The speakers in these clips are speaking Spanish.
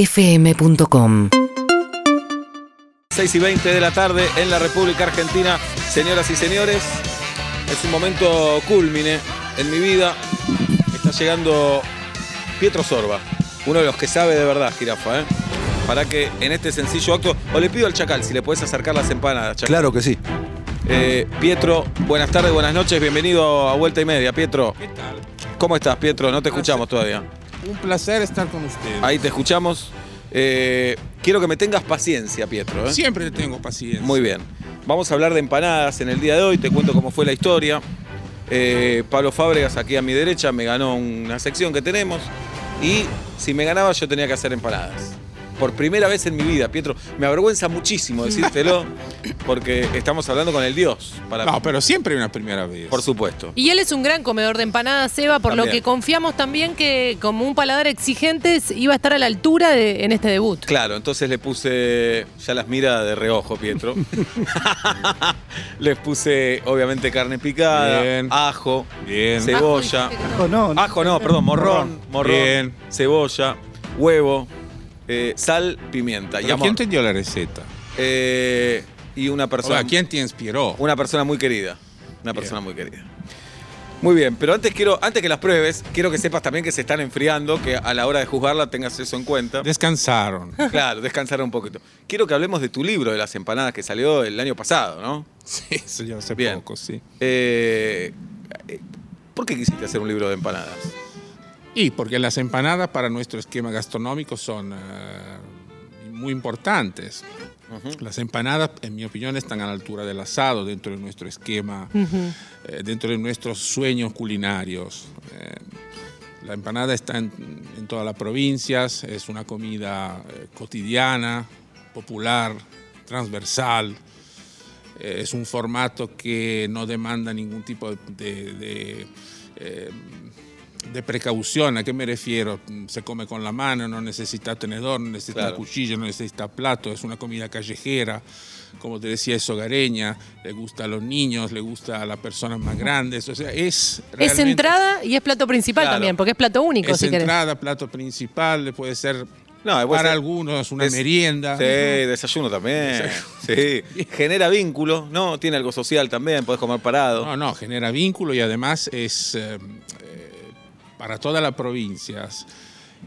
urbanaplayfm.com 6 y 20 de la tarde en la República Argentina. Señoras y señores, es un momento culmine en mi vida. Está llegando Pietro Sorba, uno de los que sabe de verdad, jirafa, ¿eh? Para que en este sencillo acto. O le pido al Chacal si le puedes acercar las empanadas, Chacal. Claro que sí. Eh, Pietro, buenas tardes, buenas noches, bienvenido a Vuelta y Media, Pietro. ¿Qué tal? ¿Cómo estás, Pietro? No te escuchamos todavía. Un placer estar con ustedes. Ahí te escuchamos. Eh, quiero que me tengas paciencia, Pietro. ¿eh? Siempre tengo paciencia. Muy bien. Vamos a hablar de empanadas en el día de hoy. Te cuento cómo fue la historia. Eh, Pablo Fábregas, aquí a mi derecha, me ganó una sección que tenemos. Y si me ganaba, yo tenía que hacer empanadas. Por primera vez en mi vida, Pietro. Me avergüenza muchísimo decírtelo, porque estamos hablando con el Dios. Para No, pero siempre hay una primera vez. Por supuesto. Y él es un gran comedor de empanadas, Seba, por lo También. que confiamos también que como un paladar exigente iba a estar a la altura de- en este debut. Claro, entonces le puse, ya las mira de reojo, Pietro. Les puse, obviamente, carne picada, Bien. ajo, Bien. Sí. Cebolla. Ajo, dijiste que Ajo no, no. Ajo, no, perdón, morrón, morrón, Bien. cebolla, huevo, eh, sal, pimienta y Pero amor. ¿Quién te dio la receta? Eh, y una O persona, sea, ¿quién te inspiró? una persona muy querida, una persona muy querida. Muy bien, pero antes quiero, antes que las pruebes, quiero que sepas también que se están enfriando, que a la hora de juzgarla tengas eso en cuenta. Descansaron. Claro, descansar un poquito. Quiero que hablemos de tu libro de las empanadas que salió el año pasado, ¿no? sí, eso ya hace Bien. poco, sí. Eh, eh, ¿Por qué quisiste hacer un libro de empanadas? Y porque las empanadas para nuestro esquema gastronómico son eh, muy importantes. Las empanadas, en mi opinión, están a la altura del asado dentro de nuestro esquema, eh, dentro de nuestros sueños culinarios. Eh, la empanada está en, en todas las provincias, es una comida eh, cotidiana, popular, transversal. Eh, es un formato que no demanda ningún tipo de, de- de, eh, de precaución. ¿A qué me refiero? Mm, Se come con la mano, no necesita tenedor, no necesita Claro. cuchillo, no necesita plato. Es una comida callejera, como te decía, es hogareña, le gusta a los niños, le gusta a las personas más grandes. O sea, es Es realmente- entrada y es plato principal Claro. también, porque es plato único, es si querés. entrada, plato principal, puede ser No, puede para ser- algunos Ah, pues, una eh, es- merienda. Sí, desayuno también. Sí. Genera vínculo, ¿no? Tiene algo social también, podés comer parado. No, no, genera vínculo y además es eh, eh, para todas las provincias.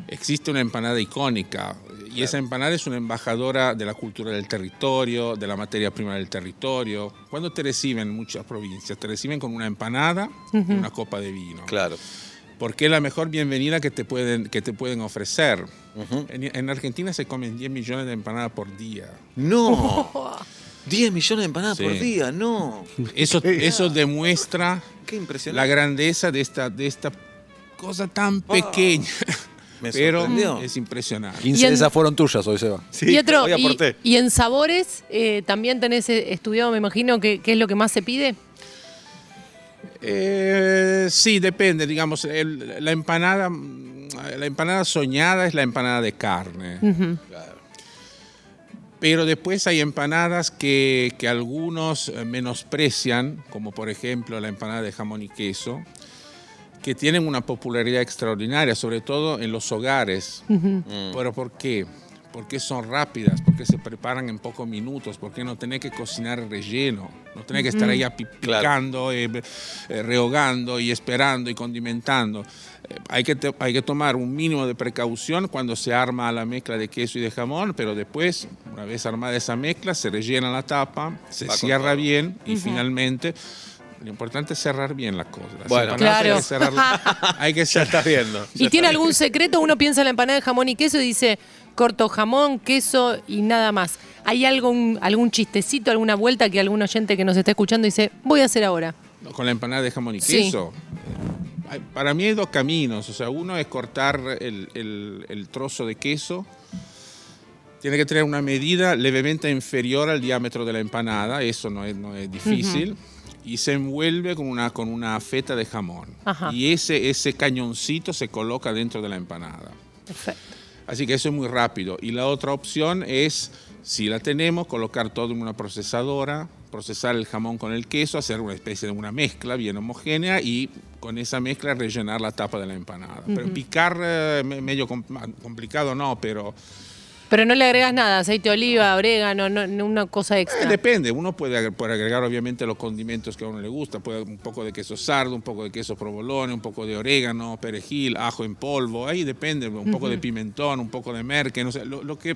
Existe una empanada icónica y esa empanada es una embajadora de la cultura del territorio, de la materia prima del territorio. Cuando te reciben muchas provincias, te reciben con una empanada y una copa de vino. Claro. Porque es la mejor bienvenida que te pueden, que te pueden ofrecer. Ujú. en, en Argentina se comen 10 millones de empanadas por día. No. 10 millones de empanadas Sí. por día, no. Eso, eso demuestra Qué la impresionante. grandeza de esta, de esta cosa tan pequeña. Me Pero sorprendió. es impresionante. 15 Y en- de esas fueron tuyas hoy, Seba. Sí, Pietro, hoy y, aporté. y en sabores eh, también tenés eh, estudiado, me imagino, que, que es lo que más se pide. Eh, sí, depende. Digamos, el- la, empanada, mm, la empanada soñada es la empanada de carne. Pero después hay empanadas que, que algunos eh, menosprecian, como por ejemplo la empanada de jamón y queso, que tienen una popularidad extraordinaria, sobre todo en los hogares. ¿Pero por qué? Porque son rápidas, porque se preparan en pocos minutos, porque no tenés que cocinar relleno, no tenés que estar ahí api- Claro. picando, eh, eh, rehogando y esperando y condimentando. Eh, hay, que te- hay que tomar un mínimo de precaución cuando se arma la mezcla de queso y de jamón, pero después, una vez armada esa mezcla, se rellena la tapa, se Va con cierra todo. bien y finalmente... Lo importante es cerrar bien las cosas. Las Bueno. empanadas hay Claro. que cerrar- hay que Ya cerrar. estás viendo. ¿Y tiene algún secreto? Uno piensa en la empanada de jamón y queso y dice corto jamón, queso y nada más. ¿Hay algún, algún chistecito, alguna vuelta que algún oyente que nos está escuchando dice, voy a hacer ahora? No, Con la empanada de jamón y Sí. queso. Ay, Para mí hay dos caminos. O sea, uno es cortar el, el- el trozo de queso. Tiene que tener una medida levemente inferior al diámetro de la empanada. Eso no es, no es difícil. Y se envuelve con una, con una feta de jamón. Ajá. Y ese, ese cañoncito se coloca dentro de la empanada. Perfecto. Así que eso es muy rápido. Y la otra opción es, si la tenemos, colocar todo en una procesadora, procesar el jamón con el queso, hacer una especie de una mezcla bien homogénea y con esa mezcla rellenar la tapa de la empanada. Pero picar, eh, me- medio com- complicado no, pero Pero no le agregas nada, aceite de oliva, orégano, no, no una cosa Eh, extra. depende, uno puede agregar, puede agregar obviamente los condimentos que a uno le gusta, puede un poco de queso sardo, un poco de queso provolone, un poco de orégano, perejil, ajo en polvo, ahí depende, un poco de pimentón, un poco de merque, no sé, lo, lo que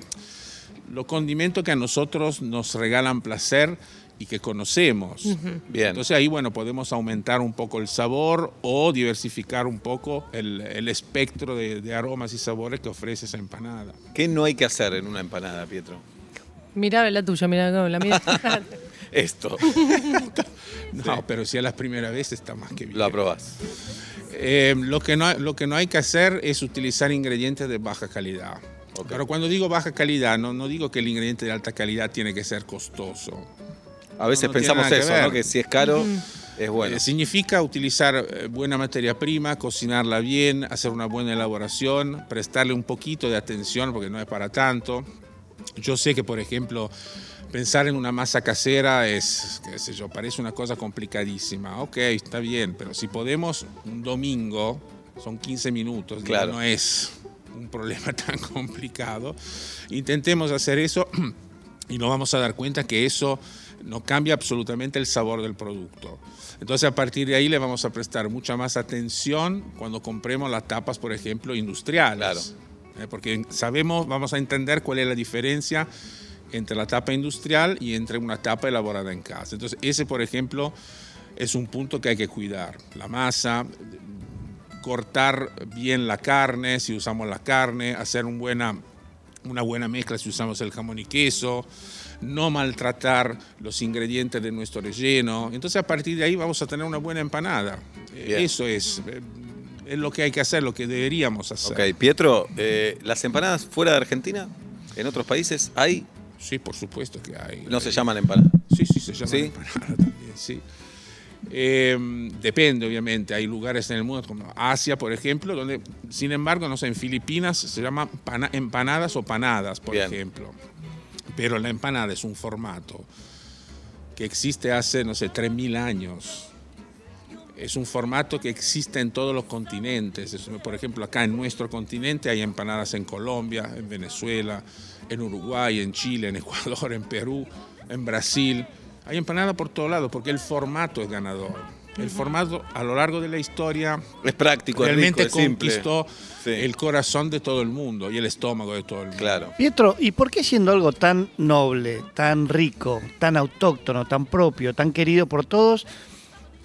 los condimentos que a nosotros nos regalan placer y que conocemos. Bien. Entonces ahí, bueno, podemos aumentar un poco el sabor o diversificar un poco el, el espectro de, de aromas y sabores que ofrece esa empanada. ¿Qué no hay que hacer en una empanada, Pietro? Mirá la tuya, mirá acá, la mía. Esto. No, pero si es la primera vez está más que bien. Lo aprobás. Eh, lo, que no, hay- lo que no hay que hacer es utilizar ingredientes de baja calidad. Ok. Pero cuando digo baja calidad, no, no digo que el ingrediente de alta calidad tiene que ser costoso. A veces no tiene pensamos nada que eso, ver. ¿no? Que si es caro, es bueno. Eh, significa utilizar eh, buena materia prima, cocinarla bien, hacer una buena elaboración, prestarle un poquito de atención porque no es para tanto. Yo sé que, por ejemplo, pensar en una masa casera es, qué sé yo, parece una cosa complicadísima. Ok, está bien, pero si podemos un domingo, son 15 minutos, digo, Claro. no es un problema tan complicado. Intentemos hacer eso y nos vamos a dar cuenta que eso no cambia absolutamente el sabor del producto. Entonces a partir de ahí le vamos a prestar mucha más atención cuando compremos las tapas, por ejemplo, industriales. Claro. Eh, Porque sabemos, vamos a entender cuál es la diferencia entre la tapa industrial y entre una tapa elaborada en casa. Entonces, ese, por ejemplo, es un punto que hay que cuidar. La masa, cortar bien la carne, si usamos la carne, hacer un buena, una buena mezcla si usamos el jamón y queso, no maltratar los ingredientes de nuestro relleno. Entonces a partir de ahí vamos a tener una buena empanada. Eh, Bien. Eso es, eh, es lo que hay que hacer, lo que deberíamos hacer. Ok, Pietro, eh, las empanadas fuera de Argentina, en otros países, hay, Sí, por supuesto que hay. no se Eh, llaman empanadas. Sí, sí, se llama ¿Sí? empanada también, sí. Eh, depende, obviamente. Hay lugares en el mundo como Asia, por ejemplo, donde, sin embargo, no sé, en Filipinas se llama pana- empanadas o panadas, por Bien. ejemplo. Pero la empanada es un formato que existe hace, no sé, 3.000 años. Es un formato que existe en todos los continentes. Es- Por ejemplo, acá en nuestro continente hay empanadas en Colombia, en Venezuela, en Uruguay, en Chile, en Ecuador, en Perú, en Brasil. Hay empanadas por todos lados porque el formato es ganador. El formato a lo largo de la historia Es práctico, es realmente rico, es simple. conquistó Sí. el corazón de todo el mundo y el estómago de todo el mundo. Claro. Pietro, ¿y por qué siendo algo tan noble, tan rico, tan autóctono, tan propio, tan querido por todos,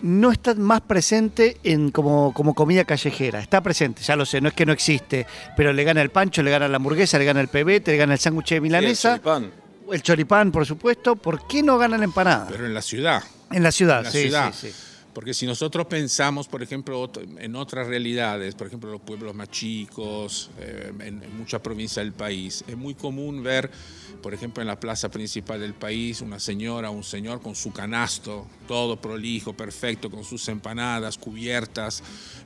no está más presente en como, como comida callejera? Está presente, ya lo sé, no es que no existe, pero le gana el pancho, le gana la hamburguesa, le gana el pebete, le gana el sándwich de Y milanesa, el choripán. el choripán, por supuesto. ¿Por qué no gana la empanada? Pero en la ciudad. en la ciudad, en la sí, ciudad. sí, sí. Porque si nosotros pensamos, por ejemplo, ot- en otras realidades, por ejemplo, los pueblos más chicos, eh, en, en muchas provincias del país, es muy común ver, por ejemplo, en la plaza principal del país, una señora o un señor con su canasto, todo prolijo, perfecto, con sus empanadas cubiertas,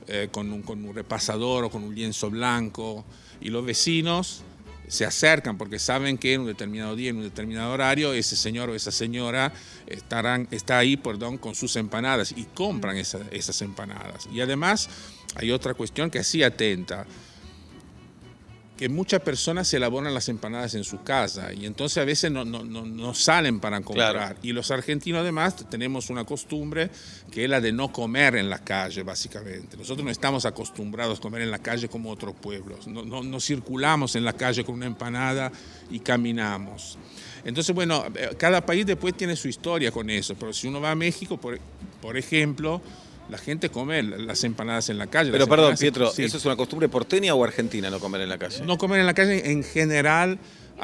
eh, con, un, con un repasador o con un lienzo blanco, y los vecinos se acercan porque saben que en un determinado día, en un determinado horario, ese señor o esa señora estarán, está ahí perdón, con sus empanadas y compran esa- esas empanadas. Y además hay otra cuestión que así atenta, que muchas personas se elaboran las empanadas en su casa y entonces a veces no, no- no- no salen para comprar. Claro. Y los argentinos además tenemos una costumbre que es la de no comer en la calle, básicamente. Nosotros no estamos acostumbrados a comer en la calle como otros pueblos. No, no- no circulamos en la calle con una empanada y caminamos. Entonces, bueno, eh, cada país después tiene su historia con eso. Pero si uno va a México, por, por ejemplo, la gente come las empanadas en la calle. Pero las perdón, empanadas- Pietro, sí. ¿eso es una costumbre porteña o argentina no comer en la calle? No comer en la calle en general,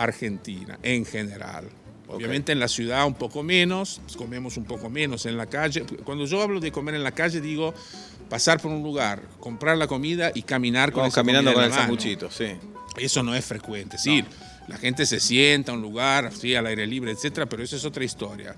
Argentina, en general. Obviamente en la ciudad un poco menos, pues, comemos un poco menos en la calle. Cuando yo hablo de comer en la calle, digo pasar por un lugar, comprar la comida y caminar con Vamos esa caminando con comida en el la mano. sanguchito, sí. Eso no es frecuente, sí. La gente se sienta a un lugar, sí, al aire libre, etcétera, pero eso es otra historia.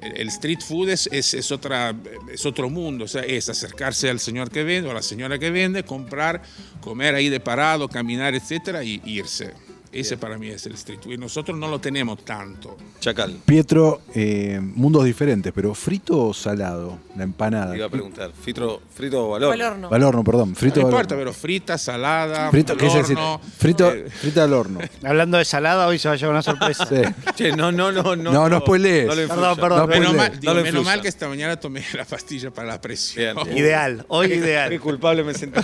El, el street food es, es- es otra, es otro mundo, o sea, es acercarse al señor que vende o a la señora que vende, comprar, comer ahí de parado, caminar, etcétera, y irse. Ese para mí es el street food. Y nosotros no lo tenemos tanto. Chacal. Pietro, eh, mundos diferentes, pero frito o salado, la empanada. Iba a preguntar. ¿Frito, frito o Fue valor? al horno. Al horno, perdón. Frito No al importa, horno. pero frita, salada, Frito, al ¿qué es decir? horno. Frito, eh. frita al horno. Hablando de salada, hoy se va a llevar una sorpresa. Sí. Che, no, no, no. No, No, no spoilees. lo influya. Perdón, perdón. No, perdón. Menos, puede. mal, digo, No lo menos influya. mal que esta mañana tomé la pastilla para la presión. Bien, bien. Ideal, hoy Qué ideal. culpable me sentí.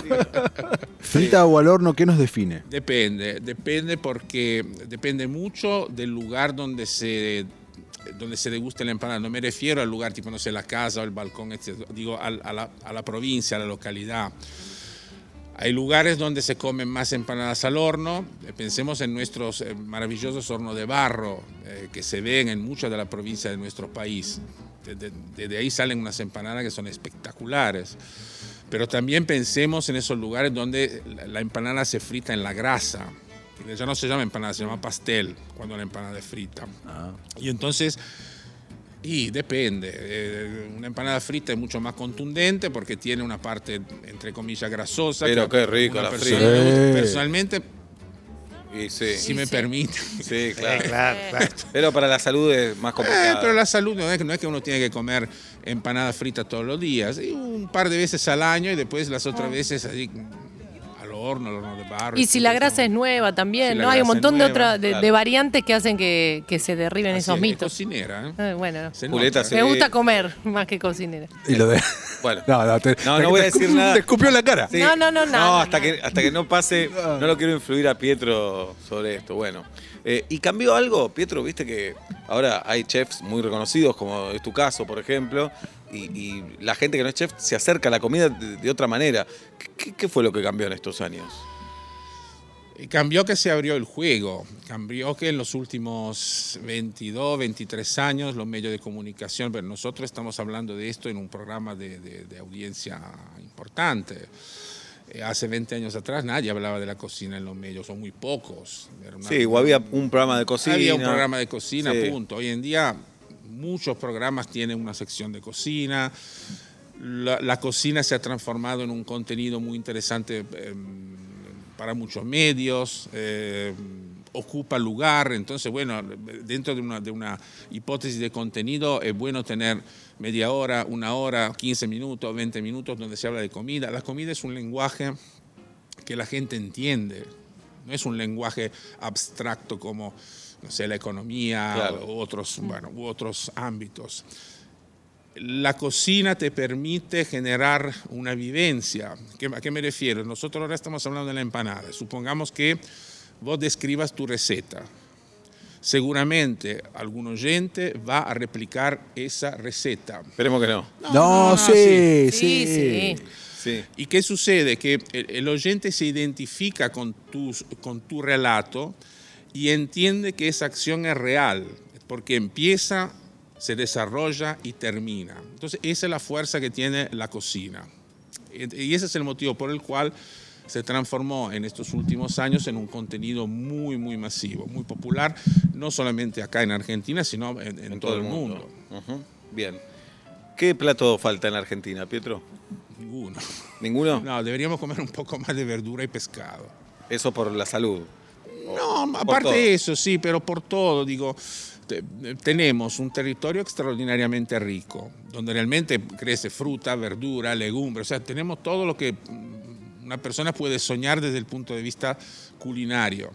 Frita o al horno, ¿qué nos define? Depende, depende porque depende mucho del lugar donde se donde se degusta la empanada. No me refiero al lugar tipo, no sé, la casa o el balcón, etc. Digo, al- a, la, a la provincia, a la localidad. Hay lugares donde se comen más empanadas al horno. Eh, Pensemos en nuestros eh, maravillosos hornos de barro eh, que se ven en muchas de las provincias de nuestro país. Desde, desde ahí salen unas empanadas que son espectaculares. Pero también pensemos en esos lugares donde la- la empanada se frita en la grasa. Ya no se llama empanada, se llama pastel cuando la empanada es frita. Ah. Y entonces, y depende. eh, una empanada frita es mucho más contundente porque tiene una parte, entre comillas, grasosa. Pero que a qué rico una la persona frita. le gusta. Sí. Personalmente, Y sí, si sí, me sí. permite. claro. Claro, claro. Pero para la salud es más Eh, complicado. pero la salud no es, no es que uno tiene que comer empanada frita todos los días. y un par de veces al año y después las otras veces así al horno, al horno de barro. Ah. Y si la etcétera. grasa es nueva también, Si la ¿no? Hay un grasa es montón de, nueva, otra, de, de claro. variantes que hacen que, que se derriben Así esos es, mitos. cocinera, ¿eh? Ay, bueno, Se Julieta nota. se- me Sí. gusta comer más que cocinera. Y lo de. Bueno. No, no, te- No, te- no voy a te decir escu- nada. Te escupió en la cara. Sí. No, no, no, No, nada, hasta, nada. Que, hasta que no pase, no lo quiero influir a Pietro sobre esto. Bueno, eh, ¿y cambió algo? Pietro, viste que ahora hay chefs muy reconocidos, como es tu caso, por ejemplo, y, y la gente que no es chef se acerca a la comida de, de otra manera. ¿Qué, qué fue lo que cambió en estos años? Y Cambió que se abrió el juego, cambió que en los últimos 22, 23 años los medios de comunicación, pero nosotros estamos hablando de esto en un programa de, de- de audiencia importante. Eh, Hace 20 años atrás nadie hablaba de la cocina en los medios, son muy pocos. Era una- Sí, o había un programa de cocina. había un programa de cocina, Sí. punto. Hoy en día muchos programas tienen una sección de cocina. La, la cocina se ha transformado en un contenido muy interesante eh, para muchos medios. eh, ocupa lugar, entonces bueno, dentro de una, de una hipótesis de contenido es bueno tener media hora, una hora, 15 minutos, 20 minutos donde se habla de comida. La comida es un lenguaje que la gente entiende. No es un lenguaje abstracto como, no sé, la economía Claro. u, otros, bueno, u otros ámbitos. La cocina te permite generar una vivencia. ¿Qué- ¿A qué me refiero? Nosotros ahora estamos hablando de la empanada. Supongamos que vos describas tu receta. Seguramente algún oyente va a replicar esa receta. Esperemos que no. No, no, no, sí, sí. Sí, sí. Sí. ¿Y qué sucede? Que el, el oyente se identifica con, tus- con tu relato y entiende que esa acción es real, porque empieza, se desarrolla y termina. Entonces, esa es la fuerza que tiene la cocina. Y y ese es el motivo por el cual se transformó en estos últimos años en un contenido muy, muy masivo, muy popular, no solamente acá en Argentina, sino en, en todo, el mundo. Ujú. Bien. ¿Qué plato falta en la Argentina, Pietro? Ninguno. ¿Ninguno? No, deberíamos comer un poco más de verdura y pescado. Eso por la salud. No, Por aparte todo. de eso, sí, pero por todo, digo, te- tenemos un territorio extraordinariamente rico, donde realmente crece fruta, verdura, legumbre, o sea, tenemos todo lo que mm, una persona puede soñar desde el punto de vista culinario.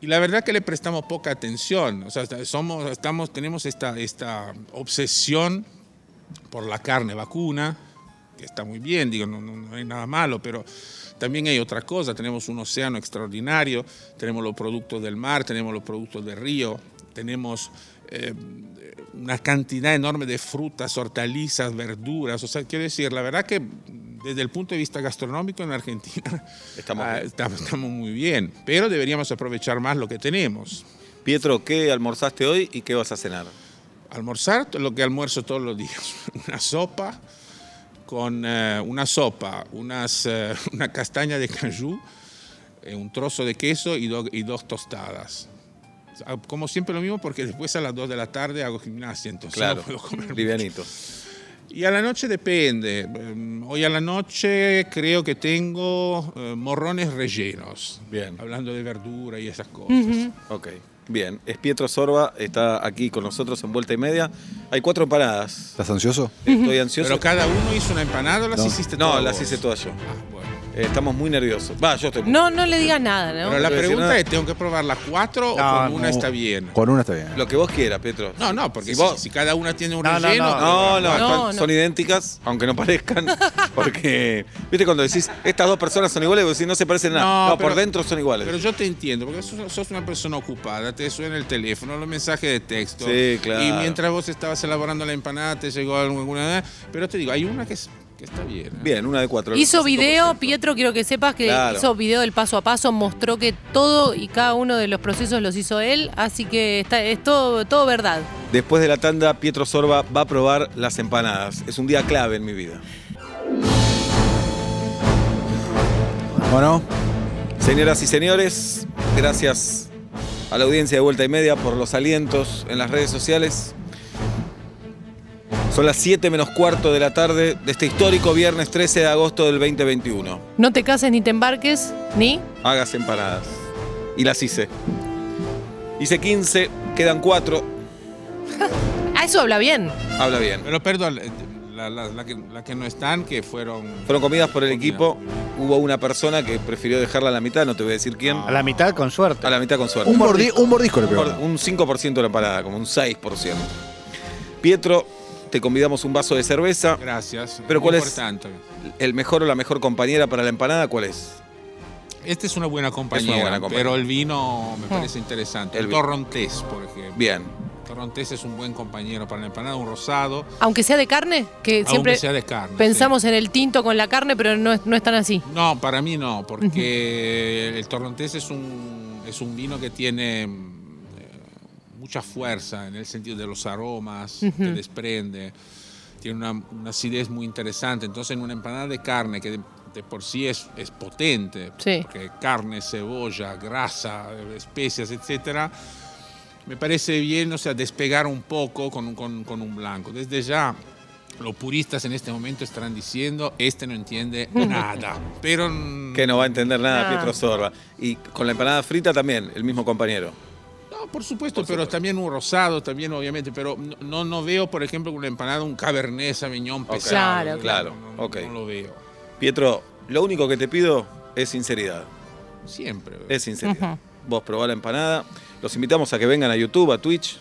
Y la verdad que le prestamos poca atención, o sea, somos, estamos, tenemos esta, esta obsesión por la carne vacuna, que está muy bien, digo, no, no- no hay nada malo, pero también hay otra cosa, tenemos un océano extraordinario, tenemos los productos del mar, tenemos los productos del río, tenemos eh, una cantidad enorme de frutas, hortalizas, verduras, o sea, quiero decir, la verdad que desde el punto de vista gastronómico en Argentina Estamos ah, bien. estamos- estamos muy bien, pero deberíamos aprovechar más lo que tenemos. Pietro, ¿qué almorzaste hoy y qué vas a cenar? Almorzar lo que almuerzo todos los días, una sopa con eh, una sopa, unas, eh, una castaña de cayú, eh, un trozo de queso y, do- y dos tostadas. Ah, O sea, Como siempre lo mismo porque después a las 2 de la tarde hago gimnasia, entonces Claro, no puedo comer. mucho. livianito. Y a la noche depende. Eh, Hoy a la noche creo que tengo eh, morrones rellenos. Bien. Hablando de verdura y esas cosas. Ok, bien. Es Pietro Sorba, está aquí con nosotros en Vuelta y Media. Hay cuatro empanadas. ¿Estás ansioso? Estoy ansioso. Pero cada uno hizo una empanada o las No. hiciste no, todas las vos? hice todas yo. Eh, Ah, bueno. estamos muy nerviosos. Va, yo estoy muy No, no le digas nada, ¿no? Pero la quiero decir nada. pregunta es, ¿tengo que probar las cuatro No, o con una no. está bien? Con una está bien. Lo que vos quieras, Pietro. No, no, porque Si si, vos- si cada una tiene un No, no, relleno... no. No, no, No, están- no. son idénticas, aunque no parezcan. Porque, viste, cuando decís, estas dos personas son iguales, vos decís, no se parecen en nada. No, No, por pero- dentro son iguales. Pero yo te entiendo, porque sos, sos una persona ocupada, te suena el teléfono, los mensajes de texto. Sí, claro. Y mientras vos estabas elaborando la empanada, te llegó alguna... Pero te digo, hay una que, es- que está bien. ¿eh? Bien, una de cuatro. Hizo 5%. video, Pietro, quiero que sepas que Claro. hizo video del paso a paso, mostró que todo y cada uno de los procesos los hizo él, así que está, es todo, todo verdad. Después de la tanda, Pietro Sorba va a probar las empanadas. Es un día clave en mi vida. Bueno, Señoras y señores, gracias a la audiencia de Vuelta y Media por los alientos en las redes sociales. Son las 7 menos cuarto de la tarde de este histórico viernes 13 de agosto del 2021. No te cases ni te embarques, ni... Hagas empanadas. Y las hice. Hice 15, quedan 4. Ah, eso habla bien. Habla bien. Pero perdón, eh, la, la- la que, la que no están, que fueron... Fueron comidas por el equipo. Hubo una persona que prefirió dejarla a la mitad, no te voy a decir quién. A la mitad, con suerte. A la mitad con suerte. un, bordi- un mordisco le Un por- pegó. un 5% de la parada, como un 6%. Pietro, te convidamos un vaso de cerveza. Gracias. Pero ¿cuál es? importante. ¿El mejor o la mejor compañera para la empanada cuál es? Esta es una buena compañera, buena compañera. pero el vino me parece interesante. El El vino. Torrontés, por ejemplo. Bien. Torrontés es un buen compañero para la empanada, un rosado, Aunque sea de carne, que aunque siempre sea de carne. pensamos en el tinto con la carne, pero no es, no es tan así. sí. No, para mí no, porque el Torrontés es un, es un vino que tiene mm, eh, mucha fuerza en el sentido de los aromas que desprende. Tiene una, una acidez muy interesante. Entonces, en una empanada de carne que de, de por sí es, es potente, Sí. porque carne, cebolla, grasa, eh, especias, etcétera, me parece bien, o sea, despegar un poco con, un- con- con un blanco. Desde ya, los puristas en este momento estarán diciendo, este no entiende nada. Pero... mm, Que no va a entender nada Ah. Pietro Sorba. Y con la empanada frita también, el mismo compañero. No, por supuesto, pero también un rosado, también obviamente, pero no- no, no veo, por ejemplo, con una empanada un cabernet sauvignon pesado. Claro, Claro, No, ok. no lo veo. Pietro, lo único que te pido es sinceridad. Siempre. Es sinceridad. Vos probá la empanada. Los invitamos a que vengan a YouTube, a Twitch.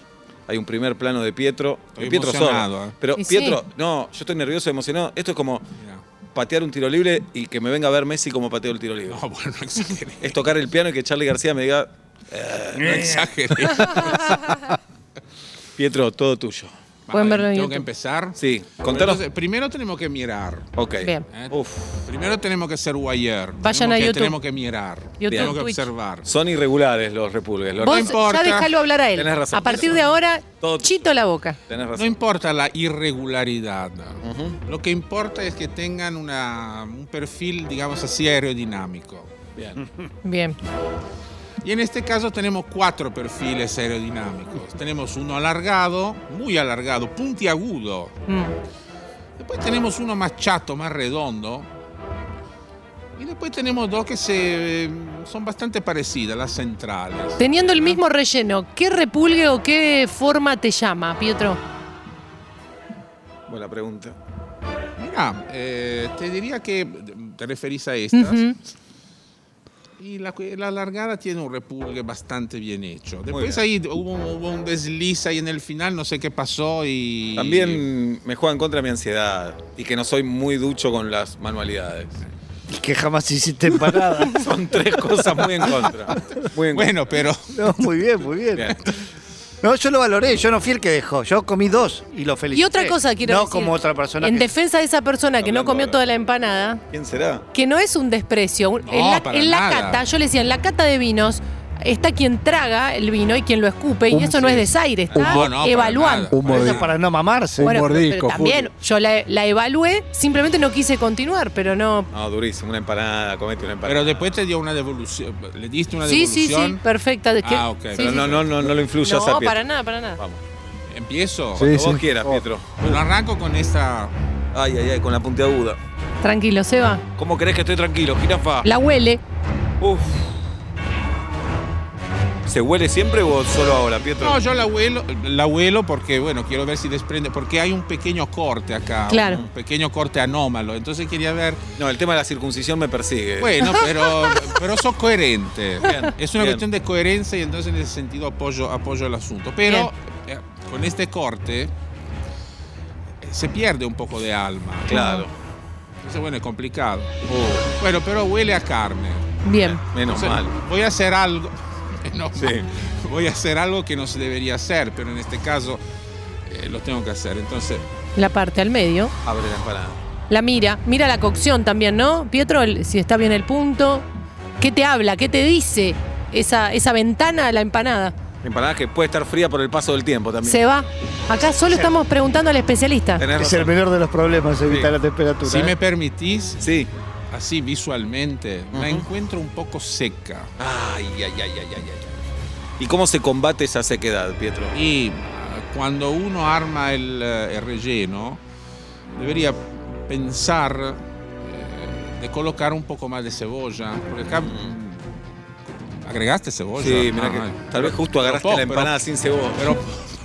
Hay un primer plano de Pietro. Estoy de Pietro emocionado, Sorba. eh. Pero Y sí. Pietro, no, yo estoy nervioso, emocionado. Esto es como Mirá. patear un tiro libre y que me venga a ver Messi como pateó el tiro libre. No, Ah, bueno, no exageré. Es tocar el piano y que Charlie García me diga, No exageré. Pietro, todo tuyo. Pueden verlo en Tengo YouTube. que empezar. Sí, contanos. Entonces, primero tenemos que mirar. Ok. Bien. ¿eh? Uf. Primero tenemos que ser guayer. Vayan tenemos a que, YouTube. Tenemos que mirar. YouTube, tenemos que Twitch. observar. Son irregulares los repulgues. Los Vos repulgues. importa. ya dejalo hablar a él. Tenés razón, a partir tenés de ahora, Todo- chito la boca. Tenés No razón. importa la irregularidad. Ujú. Lo que importa es que tengan una, un perfil, digamos así, aerodinámico. Bien. Bien. Y en este caso tenemos cuatro perfiles aerodinámicos. Tenemos uno alargado, muy alargado, puntiagudo. Mm. Después tenemos uno más chato, más redondo. Y después tenemos dos que se, eh, son bastante parecidas, las centrales. Teniendo el mismo relleno, ¿qué repulgue o qué forma te llama, Pietro? Buena pregunta. Mira, eh, te diría que te referís a estas. Ujú. Y la, que- la largada tiene un repulgue bastante bien hecho. Después bien. ahí hubo, hubo un desliz ahí en el final, no sé qué pasó y... También me juega en contra mi ansiedad y que no soy muy ducho con las manualidades. Y que jamás hiciste empanada. Son tres cosas muy en contra. Muy en Bueno, pero... No, muy bien, muy bien. Bien. No, yo lo valoré, yo no fui el que dejó. Yo comí dos y lo felicité. Y otra cosa quiero No decir. como otra persona En que- defensa de esa persona que no Hablando comió ahora. toda la empanada, ¿Quién será? que no es un desprecio. un- en la, para en la nada. cata, yo le decía, en la cata de vinos está quien traga el vino y quien lo escupe, y Un- eso no es desaire, está No, no, para evaluando. nada. Un Eso mordisco. es para no mamarse. Un Bueno, pero- mordisco, pero también Julio. yo la, la evalué, simplemente no quise continuar, pero no. No, durísimo. Una empanada, comete una empanada. Pero después te dio una devolución. Le diste una Sí, sí, devolución. sí, perfecta. de que- Ah, ok, sí, pero sí, no, sí. no, no, no lo influyas a No, Pietro. para nada, para nada. Vamos. Eh, Empiezo. Sí, Como vos sí. Oh. quieras, Pietro. Bueno, arranco con esta. Ay, ay, ay, con la puntiaguda. Tranquilo, Seba. ¿Cómo querés que estoy tranquilo, jirafa? La huele. Uf. ¿Se huele siempre o solo ahora, Pietro? No, yo la huelo, la huelo porque, bueno, quiero ver si desprende. Porque hay un pequeño corte acá. Claro. Un pequeño corte anómalo. Entonces quería ver. No, el tema de la circuncisión me persigue. Bueno, pero, pero sos coherente. Bien, es una bien. cuestión de coherencia y entonces en ese sentido apoyo, apoyo el asunto. Pero eh, con este corte eh, se pierde un poco de alma. Claro. Entonces, bueno, es complicado. Uh, Bueno, pero huele a carne. Bien. menos Entonces, mal. Voy a hacer algo. menos Sí. mal. Voy a hacer algo que no se debería hacer, pero en este caso eh, lo tengo que hacer. Entonces, La parte al medio. Abre la empanada. La mira. Mira la cocción también, ¿no? Pietro, el- si está bien el punto. ¿Qué te habla? ¿Qué te dice esa, esa ventana a la empanada? Empanada que puede estar fría por el paso del tiempo también. Se va. Acá solo estamos preguntando al especialista. Tenés Es razón. el menor de los problemas, evitar Sí. la temperatura. si ¿eh? me permitís, Sí. así visualmente, Ujú. la encuentro un poco seca. Ay, ay, ay, ay, ay, ay, ay. ¿Y cómo se combate esa sequedad, Pietro? Y ah, cuando uno arma el, eh, el relleno, debería pensar eh, de colocar un poco más de cebolla. Porque acá mm, agregaste cebolla. Sí, mira Ah, que ay. tal vez justo agarraste Pero, la pero, empanada sin cebolla. Pero,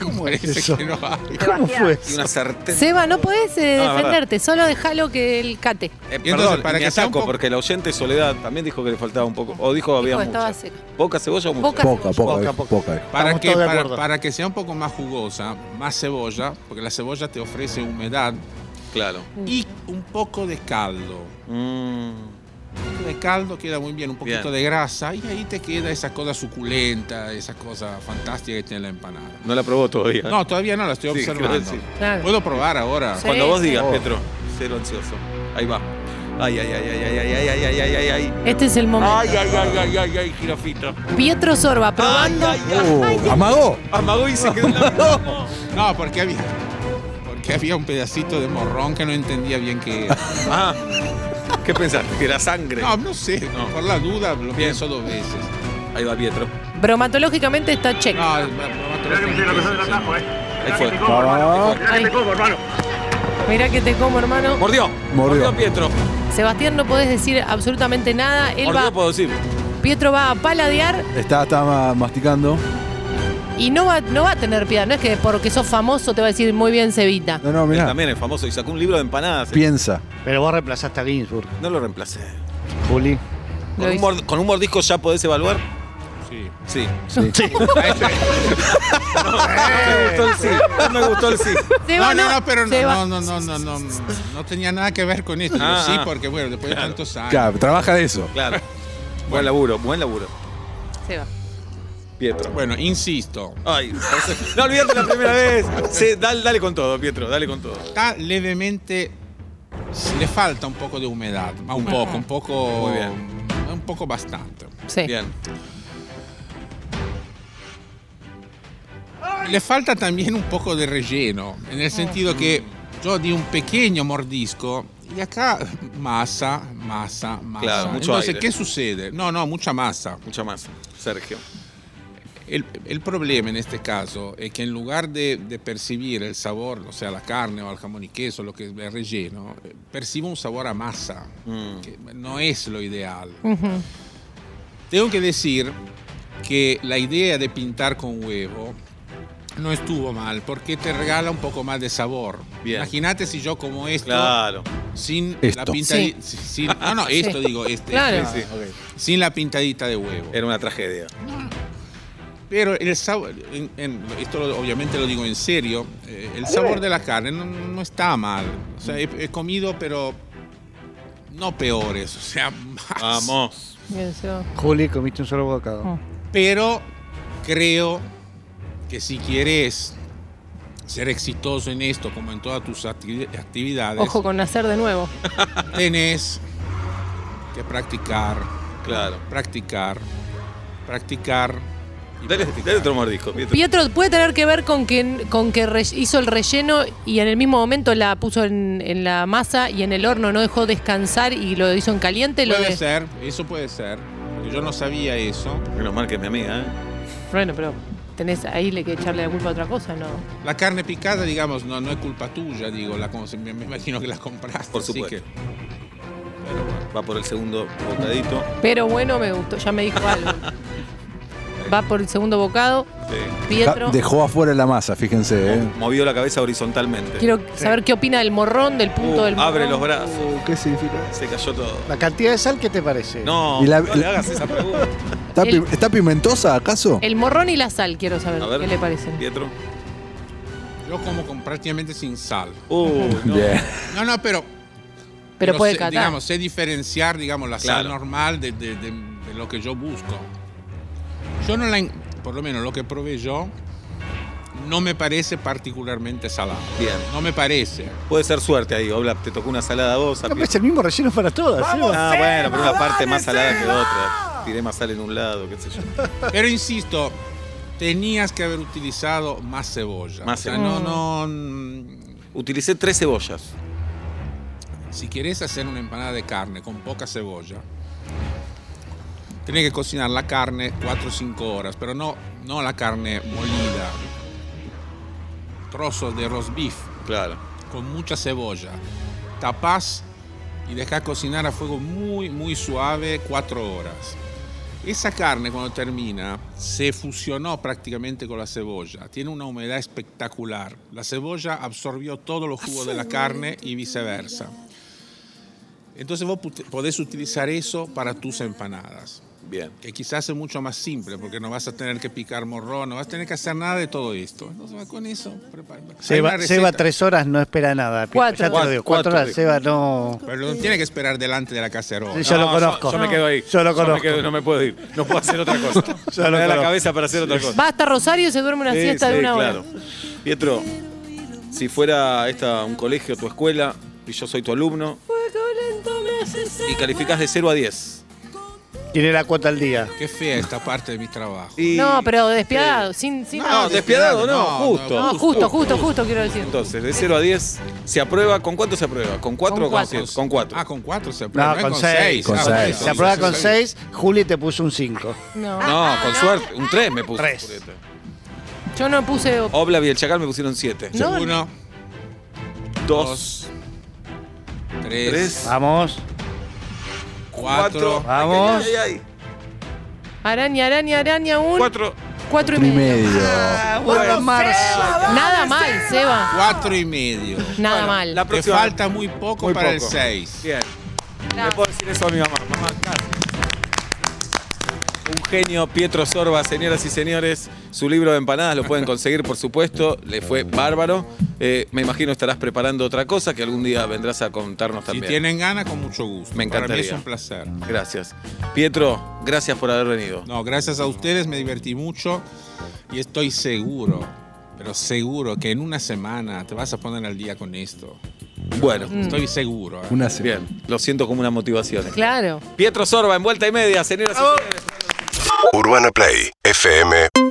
¿cómo eres Eso. que no hay? ¿Cómo fue Y eso? una sartén. Seba, no podés eh, No, es verdad. defenderte, solo déjalo que el cate. Eh, Y entonces, perdón, para para que que sea un saco, poco- porque la oyente Soledad también dijo que le faltaba un poco. O dijo que había Dijo que mucha. estaba seca. ¿Poca cebolla o mucha? Poca. Poca, Poca, poca, poca. poca. Para Estamos que, todos de para, acuerdo. para que sea un poco más jugosa, más cebolla, porque la cebolla te ofrece humedad Claro. y un poco de caldo. Mm. Un poco de caldo queda muy bien, un poquito Bien. de grasa y ahí te queda esa cosa suculenta, esa cosa fantástica que tiene la empanada. No la probó todavía. No, todavía no la estoy Sí, quiero observando. decir. Claro. Puedo probar ahora. Sí. Cuando vos digas, Oh. Pietro. Cero ansioso. Ahí va. Ay, ay, ay, ay, ay, ay, ay, ay, ay, ay, ay. Este es el momento. Ay, ay, ay, ay, ay, ay, jirafita. Pietro Sorba, probando. Ay, ay, ay. Uh, amagó. Amagó y se quedó en la No. No, porque había, porque había un pedacito de morrón que no entendía bien qué era. Ah. ¿Qué pensaste? Que era sangre. No, no sé, por la duda lo pienso dos veces. Ahí va Pietro. Bromatológicamente está check. No, no, no te lo pienso, sí. Ahí fue. Ah, Ay. Mirá que te como, hermano. Mordió. Mordió. Pietro. Sebastián, no podés decir absolutamente nada. Él Mordió, va, puedo decir. Pietro va a paladear Está, está ma- masticando. y no va, no va a tener piedad. No es que porque sos famoso te va a decir muy bien Cevita. No, no, Él mirá. también es famoso y sacó un libro de empanadas. Piensa. Pero vos reemplazaste a Ginsburg, No lo reemplacé. Juli. Lo Con un, hizo. mord- con un mordisco ya podés evaluar. Sí. Sí. Sí. No me gustó el sí. No me gustó el sí. No, Seba, no, no, pero Seba. no, no, no, no, no, no, no tenía nada que ver con esto. Yo Ah, sí, ah. porque bueno, después de tantos años. Claro, trabaja de eso. Claro. Buen laburo, buen laburo. Seba. Pietro. Bueno, insisto, Ay, parece- no olvídate la primera vez. Sí, dale, dale con todo, Pietro, dale con todo. está levemente, le falta un poco de humedad, ma un poco, un poco, Muy bien. un poco bastante. Sí. Bien. Le falta también un poco de relleno, en el sentido que yo di un pequeño mordisco y acá masa, masa, masa. Claro, mucho Entonces, aire. ¿qué sucede? No, no, mucha masa. Mucha más. Sergio. El, el problema en este caso es que en lugar de, de percibir el sabor, o sea, la carne o al jamón y queso, lo que es el relleno, eh, percibo un sabor a masa, Mm. que no es lo ideal. Ujú. Tengo que decir que la idea de pintar con huevo no estuvo mal, porque te regala un poco más de sabor. Bien. Imagínate si yo como esto, Claro. sin la Esto. pintadi- Sí. sin- sin- no, no, esto Sí. digo, este, Claro. este, Ah, sin la pintadita de huevo. Era una tragedia. Pero el sabor, en- en- esto lo- obviamente lo digo en serio, eh, el sabor de la carne no, no está mal. O sea, he, he comido, pero no peores, o sea, más. Vamos. Bien, Seba. Juli, comiste un solo bocado. Mm. Pero creo que si quieres ser exitoso en esto, como en todas tus acti- actividades, Ojo con nacer de nuevo. tenés que practicar, Claro. practicar, practicar. y Dale, practicar. dale otro mordisco, Pietro. Pietro, ¿puede tener que ver con que, con que re- hizo el relleno y en el mismo momento la puso en, en la masa y en el horno no dejó descansar y lo hizo en caliente? Lo Puede de- ser, eso puede ser. porque Yo no sabía eso. Menos mal que es mi amiga, ¿eh? Bueno, pero tenés ahí le que echarle la culpa a otra cosa, ¿no? La carne picada, digamos, no, no es culpa tuya, digo, la, cons- me, me imagino que la compraste. Por así supuesto. que- Va por el segundo bocadito. Pero bueno, me gustó, ya me dijo algo. Va por el segundo bocado, Sí. Pietro. Ah, Dejó afuera la masa, fíjense, ¿eh? Movió la cabeza horizontalmente. Quiero saber qué opina del morrón, del punto Uh, del morrón. abre los brazos. Uh, ¿Qué significa? Se cayó todo. ¿La cantidad de sal qué te parece? No, Y la- no le hagas esa pregunta. ¿Está, pi- El- está pimentosa acaso? El morrón y la sal, quiero saber A ver. qué le parecen. Pietro. Yo como con- prácticamente sin sal. Uh, no. Bien. No, no, pero... Pero puede sé, catar. Digamos, sé diferenciar, digamos, la sal Claro. normal de, de- de- de lo que yo busco. Yo no la... en- Por lo menos lo que probé yo, no me parece particularmente salada. Bien. No me parece. Puede ser suerte ahí, Oblap. Te tocó una salada a vos. a No, pero Pietro. es el mismo relleno para todas. ¿eh? ¿sí? Ah, bueno, pero una parte más salada que otra. Tiré más sal en un lado, qué sé yo. Pero insisto, tenías que haber utilizado más cebolla. Más O sea, cebolla. no, no... Utilicé tres cebollas. Si querés hacer una empanada de carne con poca cebolla, tenés que cocinar la carne 4 o 5 horas, pero no, no la carne molida. Trozos de roast beef Claro. con mucha cebolla. Tapás y dejás cocinar a fuego muy, muy suave 4 horas. Esa carne cuando termina se fusionó prácticamente con la cebolla. Tiene una humedad espectacular. La cebolla absorbió todos los jugos de la carne y viceversa. Entonces vos pute- podés utilizar eso para tus empanadas, Bien. que quizás es mucho más simple porque no vas a tener que picar morrón, no vas a tener que hacer nada de todo esto. Entonces va con eso. prepara- Hay una Seba, Seba receta. tres horas no espera nada. Pietro. Cuatro. Ya te lo digo, cuatro, Cuatro, horas. digo. Seba no. Pero no tiene que esperar delante de la cacerola. Yo lo conozco. Yo, me quedo ahí. Yo lo me conozco. quedo- no me puedo ir. No puedo hacer otra cosa. Yo me lo da la conozco. cabeza para hacer otra cosa. Va hasta Rosario y se duerme una Sí, siesta sí, de una hora. claro. Pietro, si fuera esta un colegio, tu escuela, y yo soy tu alumno, y calificás de 0 a 10. ¿Quién era cuota al día? Qué fea esta parte de mi trabajo. Y- No, pero despiadado, sin, sin No, despiadado, no, justo. No, justo, justo, justo quiero decir. Entonces, de 0 a 10, ¿se aprueba? ¿Con cuánto se aprueba? ¿Con 4 Con o con cuatro. 100? Con 4. Ah, con cuatro se aprueba. No, es con seis. Con Ah, seis. bueno, Se aprueba sí, con sí. seis, Juli te puso un cinco. ah, No. no, con suerte, un 3 me puso. Tres. Julieta. Yo no puse. Obla y el Chacal me pusieron 7. No. Uno, 2, tres, 3, Vamos. cuatro. Vamos. Araña, araña, araña, un. 4. cuatro y Y medio. medio. Bueno, marzo. Ah, Nada mal, Seba. Cuatro y medio. Nada Bueno, mal. la- Te próxima- falta muy poco Muy para poco. el seis. Bien. Gracias. Le puedo decir eso a mi mamá. Mamá, gracias. Un genio, Pietro Sorba, señoras y señores. Su libro de empanadas lo pueden conseguir, por supuesto. Le fue bárbaro. Eh, me imagino estarás preparando otra cosa que algún día vendrás a contarnos Si también. tienen ganas, con mucho gusto. Me Para mí encantaría. es un placer. Gracias. Pietro, gracias por haber venido. No, gracias a ustedes me divertí mucho y estoy seguro, pero seguro que en una semana te vas a poner al día con esto. Bueno, Estoy seguro. eh. Una semana. bien. Lo siento como una motivación. Claro. Pietro Sorba, en vuelta y media, señoras y señores. UrbanaPlay fm.com